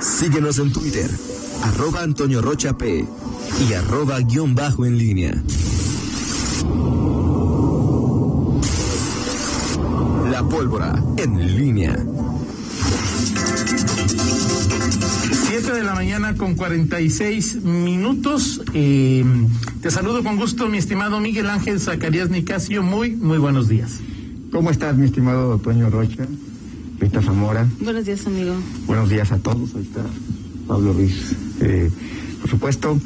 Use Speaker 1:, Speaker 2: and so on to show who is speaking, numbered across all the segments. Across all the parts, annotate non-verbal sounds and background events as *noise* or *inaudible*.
Speaker 1: Síguenos en Twitter, arroba Antonio Rocha P y arroba guión bajo en línea. La pólvora en línea.
Speaker 2: 7 de la mañana con 46 minutos. Eh, te saludo con gusto, mi estimado Miguel Ángel Zacarías Nicasio. Muy, muy buenos días.
Speaker 3: ¿Cómo estás, mi estimado Toño Rocha? Rita Zamora.
Speaker 4: Buenos días, amigo.
Speaker 3: Buenos días a todos. Ahí está Pablo Ruiz. Eh, por supuesto,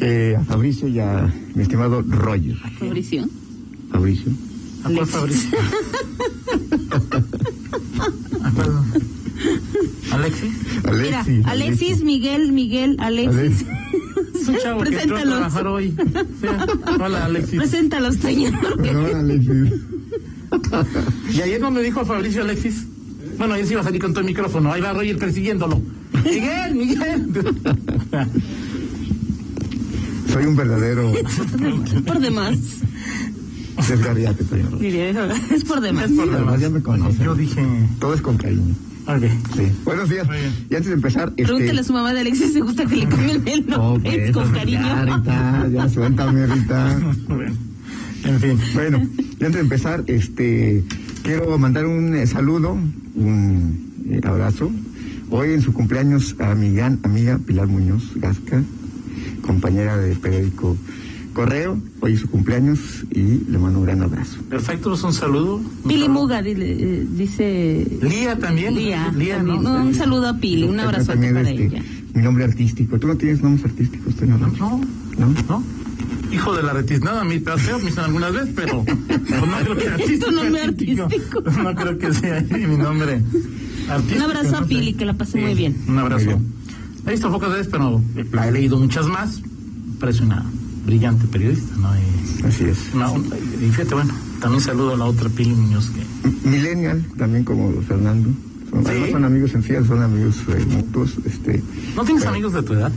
Speaker 3: eh, a Fabricio y a mi estimado Roger.
Speaker 4: Fabricio.
Speaker 3: Fabricio.
Speaker 2: ¿A cuál
Speaker 4: Lex.
Speaker 2: Fabricio? ¿A cuál? ¿Alexis?
Speaker 4: Mira, Alexis, Miguel, Miguel, Alexis.
Speaker 3: Alexis.
Speaker 2: Es un chavo que entró a
Speaker 4: Preséntalos.
Speaker 2: trabajar hoy. Sí. Hola, Alexis.
Speaker 4: Preséntalos, Toño. porque-
Speaker 3: Perdón, Alexis.
Speaker 2: ¿Y ayer no me dijo Fabricio Alexis? Bueno, ayer sí iba a salir con todo el micrófono. Ahí va Roger persiguiéndolo. Miguel, Miguel.
Speaker 3: Soy un verdadero
Speaker 4: por demás.
Speaker 3: desgarriate, Toño Rocha.
Speaker 4: Diría eso, Es por demás.
Speaker 2: por
Speaker 3: Además, ya me conoces.
Speaker 2: Yo dije.
Speaker 3: Todo es con cariño.
Speaker 2: Ok.
Speaker 3: Sí. Buenos días.
Speaker 2: Muy bien.
Speaker 3: Y antes de empezar, este...
Speaker 4: Pregúntale a su mamá de Alexis si gusta que le come el pelo.
Speaker 3: Oh, bueno,
Speaker 4: es con
Speaker 3: Ya,
Speaker 4: cariño.
Speaker 3: Rita, ya suéltame, Rita.
Speaker 2: Bueno, en fin.
Speaker 3: Bueno, y antes de empezar, este, quiero mandar un eh, saludo, un eh, abrazo. Hoy en su cumpleaños a mi gran amiga Pilar Muñoz Gasca, compañera de periódico Correo. Hoy es su cumpleaños y le mando un gran abrazo.
Speaker 2: Perfecto, es un saludo.
Speaker 4: Pili Muga dile, eh, dice.
Speaker 2: Lía también.
Speaker 4: Lía.
Speaker 2: ¿no?
Speaker 4: también. No, un saludo a Pili, un
Speaker 3: Acá
Speaker 4: abrazo
Speaker 3: también,
Speaker 4: para
Speaker 3: este,
Speaker 4: ella.
Speaker 3: Mi nombre artístico. ¿Tú no tienes nombres artísticos, Toño
Speaker 2: No,
Speaker 3: Rocha?
Speaker 2: no,
Speaker 3: ¿No?
Speaker 2: no. Hijo de la retiznada, mi paseo, me dicen algunas veces, pero pues, no
Speaker 4: *laughs*
Speaker 2: creo que artístico.
Speaker 4: nombre artístico.
Speaker 2: *laughs* No creo que sea ahí mi nombre artístico.
Speaker 4: Un abrazo a
Speaker 2: no sé.
Speaker 4: Pili, que la pase muy bien.
Speaker 2: Un abrazo.
Speaker 3: Muy bien.
Speaker 2: He visto pocas veces, pero la he leído muchas más. Parece una brillante periodista, ¿no? Y,
Speaker 3: Así es.
Speaker 2: una- y fíjate, bueno, también saludo a la otra Pili Muñoz que...
Speaker 3: Millennial, también como Fernando. Son,
Speaker 2: Sí.
Speaker 3: además son amigos sencillos, son amigos eh, mutuos. Este,
Speaker 2: ¿No tienes
Speaker 3: Bueno.
Speaker 2: amigos de tu edad?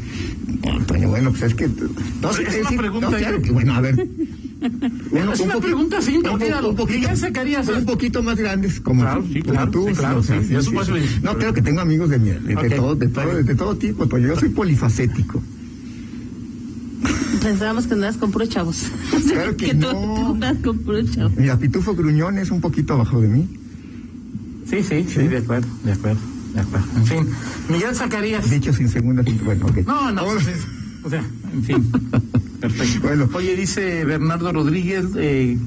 Speaker 3: Toño, bueno, pues es que. No,
Speaker 2: Es
Speaker 3: sí,
Speaker 2: una
Speaker 3: sí,
Speaker 2: pregunta,
Speaker 3: no,
Speaker 2: ¿eh?
Speaker 3: claro que, bueno, a ver.
Speaker 2: *laughs*
Speaker 3: Uno-
Speaker 2: es
Speaker 3: un
Speaker 2: una
Speaker 3: poqui-
Speaker 2: pregunta simple,
Speaker 3: un po-
Speaker 2: olvídalo.
Speaker 3: un poquito-
Speaker 2: ¿Qué sacarías?
Speaker 3: son un poquito más grandes como
Speaker 2: Claro,
Speaker 3: tú.
Speaker 2: sí,
Speaker 3: como
Speaker 2: claro,
Speaker 3: tú,
Speaker 2: sí, claro,
Speaker 3: o sea,
Speaker 2: sí, yo supuesto.
Speaker 3: No, claro que tengo amigos de mi, de, de
Speaker 2: Ok,
Speaker 3: todo, de,
Speaker 2: está
Speaker 3: todo,
Speaker 2: bien.
Speaker 3: de todo tipo, Toño. Yo soy polifacético.
Speaker 4: Pensábamos que andabas con puros chavos. *laughs*
Speaker 3: Claro que
Speaker 4: tú,
Speaker 3: no.
Speaker 4: tú andas con puros chavos.
Speaker 3: Mira, Pitufo Gruñón es un poquito abajo de mí.
Speaker 2: Sí, sí, sí, de acuerdo, de acuerdo, de acuerdo. En fin, Miguel Zacarías.
Speaker 3: Dicho sin segunda, sin- bueno, ok.
Speaker 2: No, no,
Speaker 3: Vámonos.
Speaker 2: pues es- o sea, en fin. *laughs* Perfecto.
Speaker 3: Bueno.
Speaker 2: Oye, dice Bernardo Rodríguez, eh,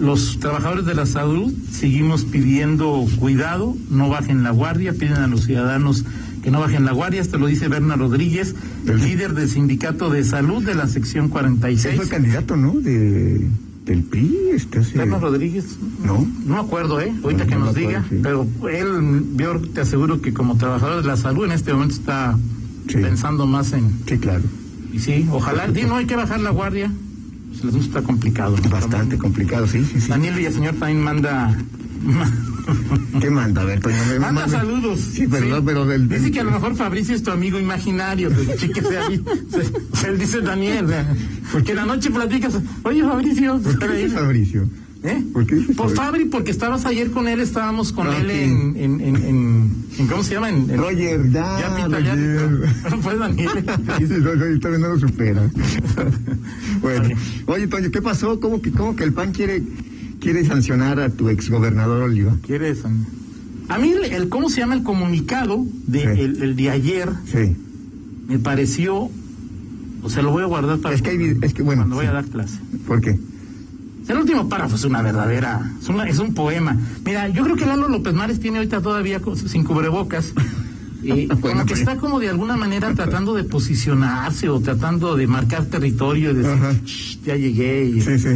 Speaker 2: los trabajadores de la salud seguimos pidiendo cuidado, no bajen la guardia, piden a los ciudadanos que no bajen la guardia, esto lo dice Bernardo Rodríguez, el líder del sindicato de salud de la sección
Speaker 3: Él fue
Speaker 2: 46.
Speaker 3: candidato, ¿no? De, del PRI, este hace.
Speaker 2: Bernardo Rodríguez,
Speaker 3: No.
Speaker 2: No me acuerdo, ¿eh? Ahorita
Speaker 3: No,
Speaker 2: que
Speaker 3: no me
Speaker 2: nos
Speaker 3: acuerdo,
Speaker 2: diga.
Speaker 3: sí.
Speaker 2: Pero él, yo te aseguro que como trabajador de la salud en este momento está
Speaker 3: Sí.
Speaker 2: pensando más en...
Speaker 3: Sí, claro.
Speaker 2: Y sí, ojalá. Sí, no hay que bajar la guardia. Se les está complicado. ¿no?
Speaker 3: Bastante complicado, sí, sí, sí.
Speaker 2: Daniel Villaseñor también
Speaker 3: *laughs*
Speaker 2: manda...
Speaker 3: ¿Qué manda? A ver, Toño, me-
Speaker 2: Manda
Speaker 3: manda-
Speaker 2: saludos.
Speaker 3: Sí, perdón, pero del.
Speaker 2: Dice que a lo mejor Fabricio es tu amigo imaginario. Pues, sí, que sea, ahí. *laughs* Se- se- él dice Daniel. ¿eh? Porque en la noche platicas. Oye, Fabricio.
Speaker 3: ¿Por qué
Speaker 2: espera ahí".
Speaker 3: dices Fabricio?
Speaker 2: ¿Eh?
Speaker 3: ¿Por qué dices
Speaker 2: Por
Speaker 3: Fabricio?
Speaker 2: Fabri, porque estabas ayer con él, estábamos con
Speaker 3: Ah,
Speaker 2: él
Speaker 3: ok.
Speaker 2: en, en, en, en- en- ¿Cómo se llama? En, en-
Speaker 3: Roger, ya.
Speaker 2: Ya, pita, ya,
Speaker 3: Roger.
Speaker 2: *laughs* pita. Fue Daniel.
Speaker 3: *laughs* Sí, sí, no, no, todavía no lo supera. *laughs* bueno, oye, Toño, ¿qué pasó? ¿Cómo que, cómo que el PAN quiere, quiere sancionar a tu exgobernador Oliva?
Speaker 2: ¿Quieres? Ana? A mí, el, el- ¿cómo se llama el comunicado de,
Speaker 3: Sí.
Speaker 2: el, el de ayer?
Speaker 3: Sí.
Speaker 2: Me pareció. O sea, lo voy a guardar para.
Speaker 3: Es que hay vid- es que, bueno,
Speaker 2: Cuando voy a
Speaker 3: sí.
Speaker 2: dar clase.
Speaker 3: ¿Por qué?
Speaker 2: El último párrafo es una verdadera, es, una- es un poema. Mira, yo creo que Lalo López Mares tiene ahorita todavía co- sin
Speaker 3: *laughs*
Speaker 2: cubrebocas. eh, como que
Speaker 3: pues.
Speaker 2: está como de alguna manera tratando de posicionarse o tratando de marcar territorio y decir,
Speaker 3: Ajá.
Speaker 2: "Shh, ya llegué, y-
Speaker 3: Sí, sí.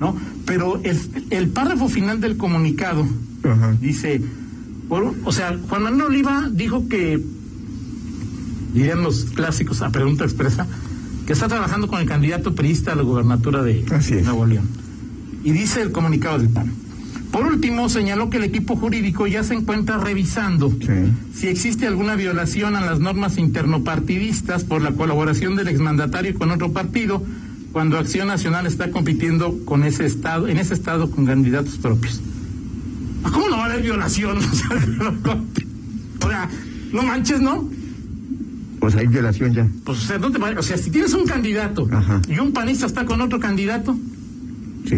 Speaker 2: ¿no? Pero el, el párrafo final del comunicado
Speaker 3: Ajá.
Speaker 2: dice, por un- o sea, Juan Manuel Oliva dijo que, dirían los clásicos a pregunta expresa, que está trabajando con el candidato priista a la gubernatura de
Speaker 3: Así es.
Speaker 2: Nuevo León. Y dice el comunicado del PAN. Por último, señaló que el equipo jurídico ya se encuentra revisando
Speaker 3: Sí.
Speaker 2: si existe alguna violación a las normas internopartidistas por la colaboración del exmandatario con otro partido cuando Acción Nacional está compitiendo con ese estado, en ese estado con candidatos *laughs* propios. Ah, ¿Cómo no va a haber violación? O sea, o sea, No manches, ¿no?
Speaker 3: Pues hay violación ya.
Speaker 2: Pues, o sea, no te vayas- o sea, si tienes un candidato
Speaker 3: Ajá.
Speaker 2: y un panista está con otro candidato,
Speaker 3: Sí.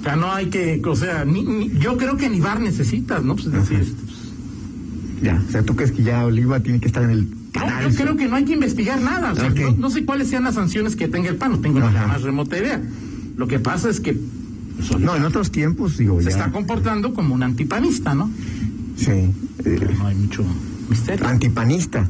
Speaker 2: o sea, no hay que, o sea, ni- ni- yo creo que ni bar necesitas, ¿no? Pues, es decir,
Speaker 3: Ya. O sea, tú crees que ya Oliva tiene que estar en el
Speaker 2: No,
Speaker 3: canal.
Speaker 2: yo creo que no hay que investigar nada. o sea,
Speaker 3: Ok.
Speaker 2: no, no sé cuáles sean las sanciones que tenga el PAN, no tengo ni
Speaker 3: Ajá.
Speaker 2: la más remota idea. Lo que pasa es que pues,
Speaker 3: No, en otros tiempos, digo,
Speaker 2: se
Speaker 3: ya.
Speaker 2: está comportando como un antipanista, ¿no?
Speaker 3: Sí. eh,
Speaker 2: No hay mucho misterio.
Speaker 3: antipanista.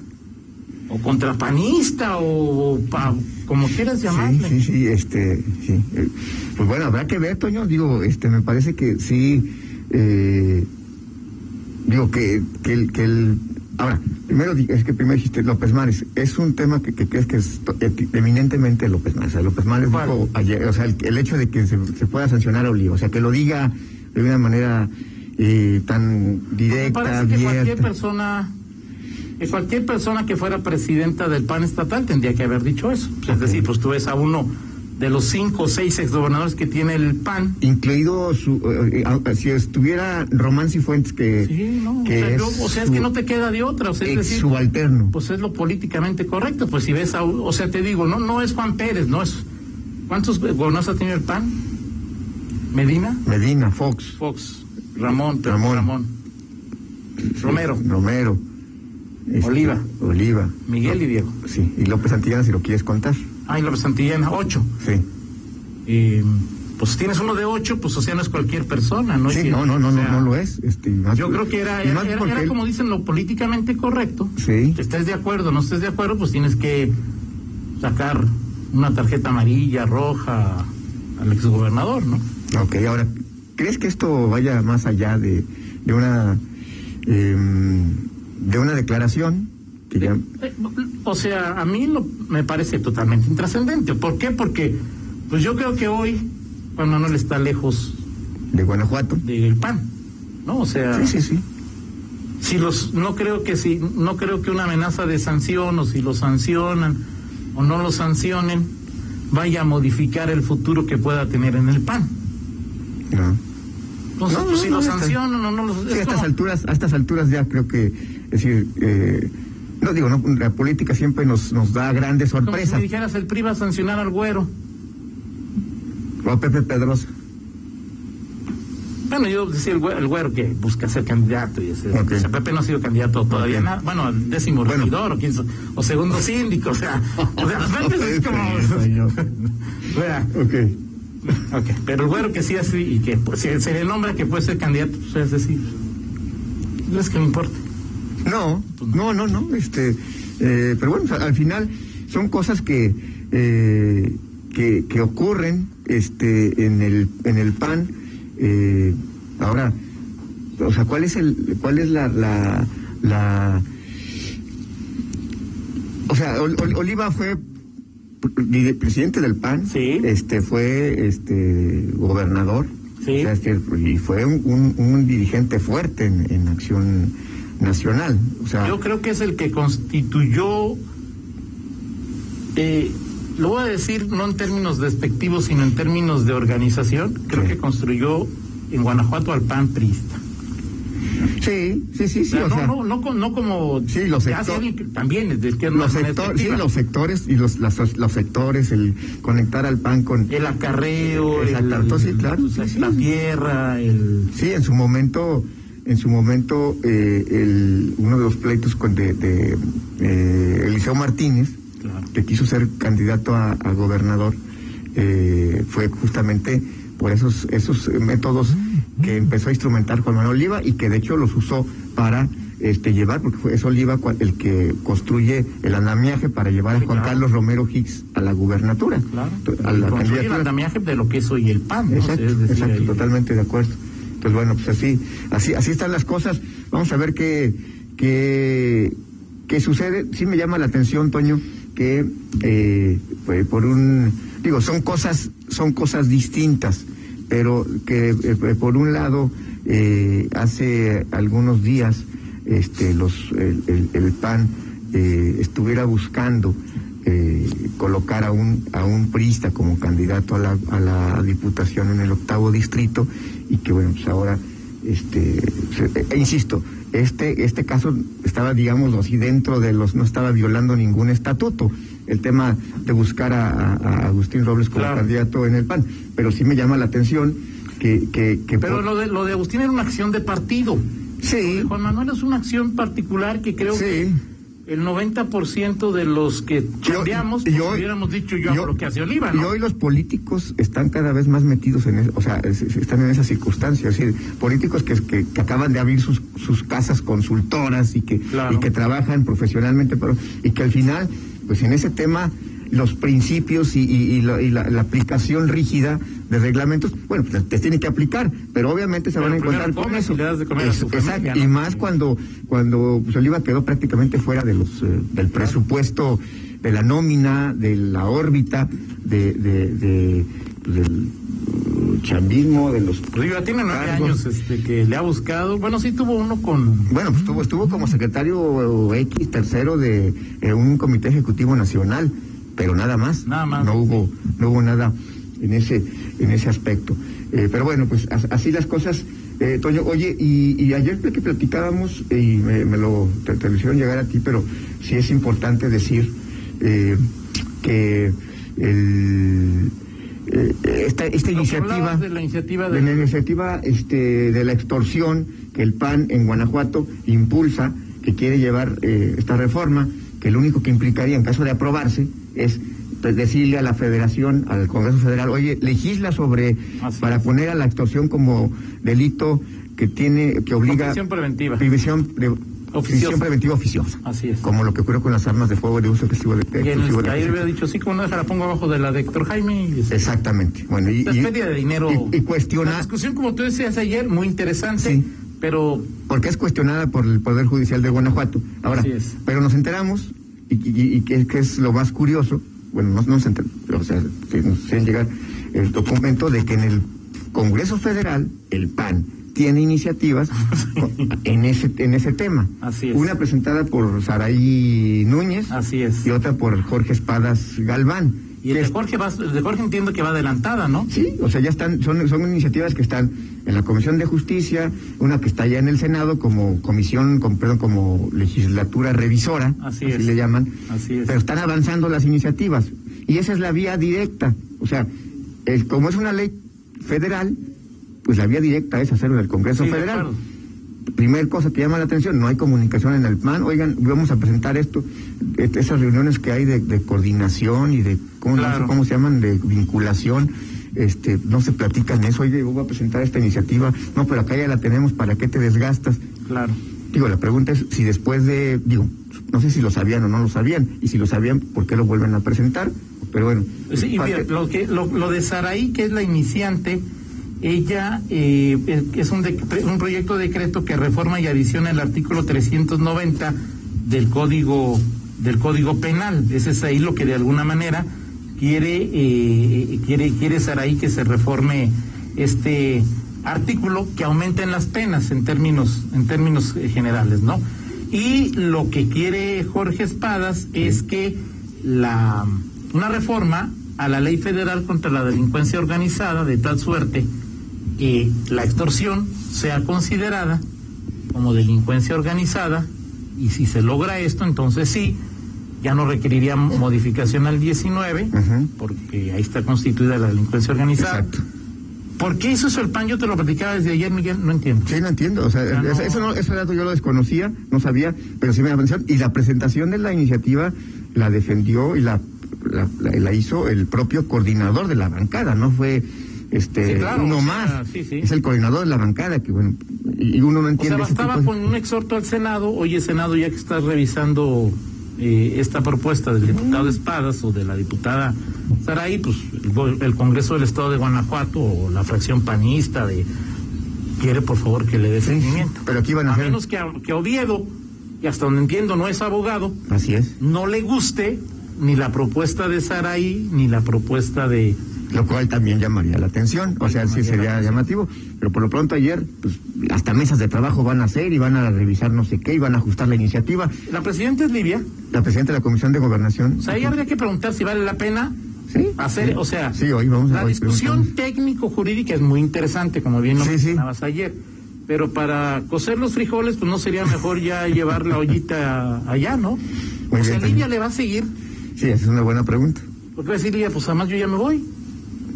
Speaker 2: O contrapanista, o, o pa- como quieras
Speaker 3: Sí,
Speaker 2: llamarle.
Speaker 3: sí, sí, este, sí. Eh, Pues bueno, habrá que ver, Toño, digo, este, me parece que sí, eh, digo, que, que, el, que el, ahora, primero, di- es que primero dijiste López Mares, es un tema que, que crees que es to- eti- eminentemente López Mares, o sea, López Mares
Speaker 2: ¿Cuál?
Speaker 3: dijo ayer, o sea, el, el hecho de que se, se pueda sancionar a Oliva, o sea, que lo diga de una manera eh, tan
Speaker 2: Me
Speaker 3: directa,
Speaker 2: parece que cualquier
Speaker 3: abierta.
Speaker 2: persona, que cualquier persona que fuera presidenta del PAN estatal tendría que haber dicho eso. Pues, Es
Speaker 3: Ok.
Speaker 2: decir, pues tú ves a uno de los cinco o seis exgobernadores que tiene el PAN
Speaker 3: Incluido su, eh, eh, ah, si estuviera Román Cifuentes, que,
Speaker 2: Sí, no,
Speaker 3: que
Speaker 2: o, sea,
Speaker 3: es
Speaker 2: yo- o sea, es
Speaker 3: su-
Speaker 2: que no te queda de otra, o sea, es
Speaker 3: ex
Speaker 2: decir,
Speaker 3: subalterno.
Speaker 2: pues es lo políticamente correcto, pues si ves a, un- o sea, te digo, no no es Juan Pérez, no es, ¿cuántos gobernadores ha tenido el PAN? Medina,
Speaker 3: Medina, Fox,
Speaker 2: Fox, Ramón, Pedro
Speaker 3: Ramón.
Speaker 2: Ramón, Romero,
Speaker 3: Romero. este,
Speaker 2: Oliva.
Speaker 3: Oliva.
Speaker 2: Miguel y Diego.
Speaker 3: Sí, y López Antillana, si lo quieres contar.
Speaker 2: Ay, López Santillana, ocho.
Speaker 3: Sí.
Speaker 2: Eh, pues si tienes uno de ocho, pues o sea, no es cualquier persona, ¿no?
Speaker 3: Sí,
Speaker 2: Es que-
Speaker 3: no, no, no,
Speaker 2: o
Speaker 3: no,
Speaker 2: sea,
Speaker 3: no lo es. Este, y más-
Speaker 2: Yo creo que era,
Speaker 3: y
Speaker 2: era,
Speaker 3: más
Speaker 2: era-
Speaker 3: porque
Speaker 2: era
Speaker 3: él-
Speaker 2: como dicen lo políticamente correcto.
Speaker 3: Sí.
Speaker 2: Estés de acuerdo, no estés de acuerdo, pues tienes que sacar una tarjeta amarilla, roja al exgobernador, ¿no?
Speaker 3: Ok, ahora, ¿crees que esto vaya más allá de, de una em, de una declaración? Que ya,
Speaker 2: Eh, O sea, a mí lo- me parece totalmente intrascendente. ¿Por qué? Porque pues yo creo que hoy Juan Manuel está lejos
Speaker 3: de Guanajuato.
Speaker 2: del PAN, ¿no? O sea,
Speaker 3: Sí, sí, sí.
Speaker 2: si los no creo que si no creo que una amenaza de sanción o si lo sancionan o no lo sancionen vaya a modificar el futuro que pueda tener en el PAN.
Speaker 3: No.
Speaker 2: Entonces,
Speaker 3: No,
Speaker 2: pues,
Speaker 3: no,
Speaker 2: si
Speaker 3: no,
Speaker 2: lo
Speaker 3: está bien.
Speaker 2: sancionan o no lo
Speaker 3: Sí, a
Speaker 2: es
Speaker 3: estas
Speaker 2: como-
Speaker 3: alturas, a estas alturas ya creo que, es decir, eh, no digo, no, la política siempre nos, nos da grandes
Speaker 2: como si me
Speaker 3: sorpresas.
Speaker 2: dijeras el PRI va a sancionar al güero.
Speaker 3: O a Pepe Pedrosa.
Speaker 2: Bueno, yo decía el güero, el güero que busca ser candidato y ese,
Speaker 3: Ok.
Speaker 2: o sea, Pepe no ha sido candidato todavía
Speaker 3: Ok.
Speaker 2: nada. Bueno, el décimo
Speaker 3: Bueno.
Speaker 2: regidor o, quince- o segundo síndico, o sea, o
Speaker 3: *laughs*
Speaker 2: sea, es como *laughs* o sea,
Speaker 3: ok.
Speaker 2: Ok, pero el güero que sí así y que pues, si se le nombra que puede ser candidato, pues es decir, no es que me importa.
Speaker 3: No, no, no, no. Este, eh, pero bueno, o sea, al final son cosas que, eh, que, que ocurren este, en, el, en el PAN. eh, ahora, o sea, ¿cuál es, el, cuál es la... la, la- o sea, Ol- Ol- Oliva fue pre- presidente del PAN,
Speaker 2: Sí.
Speaker 3: este fue este gobernador,
Speaker 2: Sí.
Speaker 3: o sea, este, y fue un, un- un dirigente fuerte en, en acción nacional. O sea,
Speaker 2: Yo creo que es el que constituyó, eh, lo voy a decir no en términos despectivos, sino en términos de organización, creo
Speaker 3: Sí.
Speaker 2: que construyó en Guanajuato al PAN priista.
Speaker 3: sí, sí, sí,
Speaker 2: O
Speaker 3: sí.
Speaker 2: sea,
Speaker 3: O sea,
Speaker 2: no, no, no, co- no como
Speaker 3: Sí, los
Speaker 2: ya hace
Speaker 3: sector-
Speaker 2: alguien que también es de izquierda.
Speaker 3: los,
Speaker 2: de manera
Speaker 3: sector- sí,
Speaker 2: efectiva.
Speaker 3: los sectores y los, las- los sectores, el conectar al PAN con...
Speaker 2: El acarreo,
Speaker 3: Exacto,
Speaker 2: el,
Speaker 3: sí, claro,
Speaker 2: o sea,
Speaker 3: sí, sí.
Speaker 2: la tierra, el...
Speaker 3: Sí, en su momento, en su momento, eh, el, uno de los pleitos con de, de, eh, Eliseo Martínez,
Speaker 2: Claro.
Speaker 3: que quiso ser candidato a, a gobernador, eh, fue justamente por esos, esos eh, métodos
Speaker 2: Mm.
Speaker 3: que empezó a instrumentar Juan Manuel Oliva y que de hecho los usó para este, llevar, porque fue- es Oliva cua- el que construye el andamiaje para llevar a
Speaker 2: Sí,
Speaker 3: Juan
Speaker 2: claro.
Speaker 3: Carlos Romero Hicks a la gubernatura,
Speaker 2: Claro.
Speaker 3: a la
Speaker 2: Construye el
Speaker 3: candidatura.
Speaker 2: andamiaje de lo que es hoy el PAN. ¿no?
Speaker 3: Exacto,
Speaker 2: O sea, es decir,
Speaker 3: exacto,
Speaker 2: ahí-
Speaker 3: totalmente de acuerdo. Pues bueno, pues así, así, así están las cosas. Vamos a ver qué, qué, qué sucede. Sí me llama la atención, Toño, que eh, pues, por un, digo, son cosas, son cosas distintas, pero que eh, por un lado eh, hace algunos días este, los, el, el- el PAN eh, estuviera buscando eh, colocar a un a un priista como candidato a la, a la diputación en el octavo distrito y que bueno pues ahora este, se- e insisto, este, este caso estaba, digamos, así dentro de los, no estaba violando ningún estatuto, el tema de buscar a, a- a Agustín Robles como
Speaker 2: Claro.
Speaker 3: candidato en el PAN, pero sí me llama la atención que... que, que
Speaker 2: Pero
Speaker 3: por-
Speaker 2: lo de, lo de Agustín era una acción de partido.
Speaker 3: sí,
Speaker 2: Juan Manuel es una acción particular que creo
Speaker 3: sí.
Speaker 2: que el 90% de los que chambeamos,
Speaker 3: y
Speaker 2: pues,
Speaker 3: hoy-
Speaker 2: hubiéramos dicho yo,
Speaker 3: y
Speaker 2: hago
Speaker 3: hoy-
Speaker 2: lo que hace Oliva,
Speaker 3: Y
Speaker 2: ¿no?
Speaker 3: hoy los políticos están cada vez más metidos en eso, o sea, es- es- están en esas circunstancias. Es decir, políticos que, que, que acaban de abrir sus, sus casas consultoras y que,
Speaker 2: Claro.
Speaker 3: y que trabajan profesionalmente, pero, y que al final, pues en ese tema, los principios y, y- y la, y la- la aplicación rígida de reglamentos, bueno, pues te tienen que aplicar, pero obviamente se
Speaker 2: Pero
Speaker 3: van a
Speaker 2: primero
Speaker 3: encontrar con
Speaker 2: comes y
Speaker 3: eso.
Speaker 2: le das de comer a
Speaker 3: Es-
Speaker 2: tu
Speaker 3: exacto,
Speaker 2: familia,
Speaker 3: y
Speaker 2: ¿no?
Speaker 3: más cuando cuando pues, Oliva quedó prácticamente fuera de los eh, del presupuesto de la nómina de la órbita de, de- de- del eh, chambismo de los
Speaker 2: Riva tiene nueve años
Speaker 3: cargos.
Speaker 2: este, que le ha buscado. Bueno, sí tuvo uno con.
Speaker 3: bueno pues estuvo, estuvo como secretario eh, X tercero de eh, un comité ejecutivo nacional pero nada más
Speaker 2: Nada más.
Speaker 3: no hubo no hubo nada en ese en ese aspecto Eh, pero bueno pues as- así las cosas Eh, Toño oye y, y ayer que platicábamos eh, y me, me lo te, te lo hicieron llegar a ti pero sí es importante decir eh, que el- eh, esta, esta
Speaker 2: Lo que
Speaker 3: iniciativa
Speaker 2: hablabas de la iniciativa de-
Speaker 3: la iniciativa este, de la extorsión que el PAN en Guanajuato impulsa, que quiere llevar eh, esta reforma, que lo único que implicaría en caso de aprobarse es pues, decirle a la Federación, al Congreso Federal, oye, legisla sobre
Speaker 2: Así
Speaker 3: para
Speaker 2: es.
Speaker 3: poner a la extorsión como delito que tiene que obliga
Speaker 2: Prisión preventiva.
Speaker 3: prisión pre- prisión preventiva oficiosa.
Speaker 2: Así es.
Speaker 3: Como lo que ocurrió con las armas de fuego de uso excesivo de,
Speaker 2: que en
Speaker 3: exclusivo
Speaker 2: el
Speaker 3: de-
Speaker 2: que ayer hubiera dicho, sí, como no, deja la pongo abajo de la de Héctor Jaime. Y, este,
Speaker 3: Exactamente. Bueno, y,
Speaker 2: la
Speaker 3: y-
Speaker 2: feria de dinero.
Speaker 3: y- y cuestiona
Speaker 2: La discusión, como tú decías ayer, muy interesante,
Speaker 3: Sí.
Speaker 2: pero
Speaker 3: porque es cuestionada por el Poder Judicial de Guanajuato. Ahora,
Speaker 2: Así es.
Speaker 3: pero nos enteramos, y, y- y que, que es lo más curioso, bueno, no no nos enteramos, o sea, que nos hicieron llegar el documento de que en el Congreso Federal, el PAN, tiene
Speaker 2: *laughs*
Speaker 3: iniciativas en ese, en ese tema.
Speaker 2: Así es.
Speaker 3: Una presentada por Saraí Núñez
Speaker 2: así es.
Speaker 3: y otra por Jorge Espadas Galván.
Speaker 2: Y el
Speaker 3: que
Speaker 2: de
Speaker 3: es-
Speaker 2: Jorge, va- el de Jorge entiendo que va adelantada, ¿no?
Speaker 3: Sí, o sea, ya están, son, son iniciativas que están en la Comisión de Justicia, una que está ya en el Senado como comisión, con- perdón, como legislatura revisora,
Speaker 2: Así es.
Speaker 3: le llaman,
Speaker 2: Así es.
Speaker 3: pero están avanzando las iniciativas. Y esa es la vía directa, o sea, el- como es una ley federal, pues la vía directa es hacerlo en el Congreso
Speaker 2: Sí, de
Speaker 3: Federal.
Speaker 2: acuerdo.
Speaker 3: Primer cosa que llama la atención, no hay comunicación en el PAN. Oigan, vamos a presentar esto, et- esas reuniones que hay de, de coordinación y de, ¿cómo, no sé
Speaker 2: Claro.
Speaker 3: cómo se llaman? De vinculación. Este, no se platican eso. Oye, yo voy a presentar esta iniciativa. No, pero acá ya la tenemos, ¿para qué te desgastas?
Speaker 2: Claro.
Speaker 3: Digo, la pregunta es si después de, digo, no sé si lo sabían o no lo sabían. Y si lo sabían, ¿por qué lo vuelven a presentar? Pero bueno.
Speaker 2: Sí, y
Speaker 3: parte-
Speaker 2: mira, lo, que, lo, lo de Saraí, que es la iniciante, ella eh, eh, es un, de- un proyecto de decreto que reforma y adiciona el artículo 390 del Código del código Penal. Ese es ahí lo que de alguna manera quiere eh, eh, quiere quiere Saraí que se reforme este artículo que aumenten las penas en términos en términos eh, generales, ¿no? Y lo que quiere Jorge Espadas es que la, una reforma a la ley federal contra la delincuencia organizada de tal suerte que la extorsión sea considerada como delincuencia organizada y si se logra esto entonces sí ya no requeriría modificación al 19
Speaker 3: Ujú.
Speaker 2: porque ahí está constituida la delincuencia organizada.
Speaker 3: Exacto.
Speaker 2: ¿Por qué eso es el pan? Yo te lo platicaba desde ayer, Miguel, no entiendo.
Speaker 3: Sí, no entiendo. O sea,
Speaker 2: Ya no-
Speaker 3: ese- Eso, no- ese dato yo lo desconocía, no sabía, pero sí me llamó la atención. Y la presentación de la iniciativa la defendió y la, la, la- la hizo el propio coordinador de la bancada, no fue este
Speaker 2: Sí, claro,
Speaker 3: uno
Speaker 2: o sea,
Speaker 3: más.
Speaker 2: sí, sí.
Speaker 3: Es el coordinador de la bancada, que bueno, y y uno no
Speaker 2: O
Speaker 3: entiende.
Speaker 2: sea,
Speaker 3: ese este tipo
Speaker 2: bastaba
Speaker 3: de-
Speaker 2: con un exhorto al Senado, oye Senado, ya que estás revisando eh, esta propuesta del diputado Espadas o de la diputada Saraí, pues el, go- el Congreso del Estado de Guanajuato o la fracción panista de quiere por favor que le dé seguimiento.
Speaker 3: pero aquí van a
Speaker 2: A
Speaker 3: hacer-
Speaker 2: menos que, a- que Oviedo, que hasta donde entiendo no es abogado,
Speaker 3: Así es.
Speaker 2: no le guste ni la propuesta de Saraí ni la propuesta de...
Speaker 3: Lo cual también llamaría la atención, o sea,
Speaker 2: Llamaría
Speaker 3: sí
Speaker 2: la
Speaker 3: sería llamativo, pero por lo pronto ayer, pues, hasta mesas de trabajo van a hacer y van a revisar no sé qué y van a ajustar la iniciativa.
Speaker 2: La presidenta es Livia,
Speaker 3: La presidenta de la Comisión de Gobernación.
Speaker 2: o sea, ahí habría que preguntar si vale la pena
Speaker 3: Sí.
Speaker 2: hacer,
Speaker 3: Sí.
Speaker 2: o sea,
Speaker 3: Sí, hoy vamos a
Speaker 2: la
Speaker 3: hoy
Speaker 2: discusión
Speaker 3: preguntamos.
Speaker 2: técnico jurídica es muy interesante, como bien lo
Speaker 3: Sí, sí.
Speaker 2: mencionabas ayer. Pero para cocer los frijoles, pues no sería mejor ya *laughs* llevar la ollita allá, ¿no?
Speaker 3: Muy
Speaker 2: o sea, Lidia
Speaker 3: bien, también.
Speaker 2: le va a seguir.
Speaker 3: Sí, esa es una buena pregunta.
Speaker 2: Porque va a decir Lidia, pues además yo ya me voy,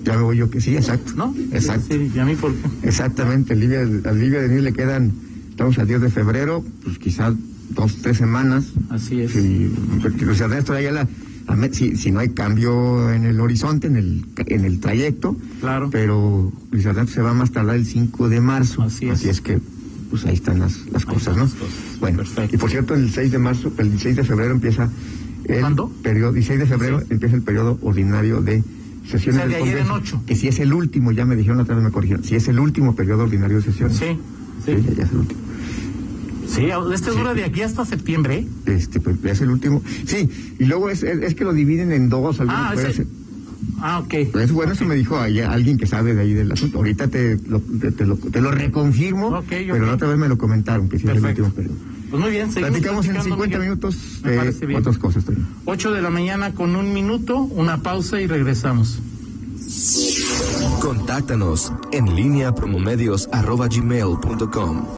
Speaker 3: Ya me voy yo que sí, exacto.
Speaker 2: ¿no?
Speaker 3: Exacto.
Speaker 2: Sí, y a mí por qué.
Speaker 3: Exactamente, Livia, a Livia Denis le quedan, estamos a 10 de febrero, pues quizás dos, tres semanas.
Speaker 2: Así es.
Speaker 3: Si, porque, pues, o sea, Ernesto Ayala, a me- si, si no hay cambio en el horizonte, en el, en el trayecto,
Speaker 2: Claro.
Speaker 3: pero Luis Ernesto se va a más tardar el 5 de marzo.
Speaker 2: Así es.
Speaker 3: que, pues ahí están las, las
Speaker 2: Ahí están
Speaker 3: cosas, ¿no?
Speaker 2: las cosas.
Speaker 3: Bueno,
Speaker 2: Perfecto.
Speaker 3: y por cierto, el 6 de marzo, el 6 de febrero empieza el
Speaker 2: ¿Cuándo?
Speaker 3: periodo, 16 de febrero
Speaker 2: Sí.
Speaker 3: empieza el periodo ordinario de sesiones
Speaker 2: O sea, de
Speaker 3: del
Speaker 2: ayer en
Speaker 3: Congreso,
Speaker 2: ocho.
Speaker 3: Que si es el último, ya me dijeron la tarde, me corrigieron, si es el último periodo ordinario de sesiones.
Speaker 2: Sí,
Speaker 3: Sí,
Speaker 2: sí.
Speaker 3: ya, ya es el último.
Speaker 2: Sí, este dura de aquí hasta septiembre, ¿eh?
Speaker 3: Este, pues ya es el último. Sí, y luego es, es, es que lo dividen en dos. algunos
Speaker 2: Ah,
Speaker 3: pueden
Speaker 2: ese-
Speaker 3: ser-
Speaker 2: Ah, ok.
Speaker 3: Pues bueno, eso me dijo ahí alguien que sabe de ahí del asunto. Ahorita te lo, te, te lo, te lo reconfirmo,
Speaker 2: Ok, ok.
Speaker 3: pero la otra vez me lo comentaron, que sí es el
Speaker 2: Perfecto.
Speaker 3: último periodo.
Speaker 2: Pues muy bien, seguimos
Speaker 3: Platicamos en
Speaker 2: platicando,
Speaker 3: 50
Speaker 2: Miguel.
Speaker 3: minutos
Speaker 2: Me
Speaker 3: de
Speaker 2: parece bien.
Speaker 3: otras cosas también.
Speaker 2: 8 de la mañana con un minuto, una pausa y regresamos.
Speaker 1: Contáctanos en línea promomedios arroba gmail punto com.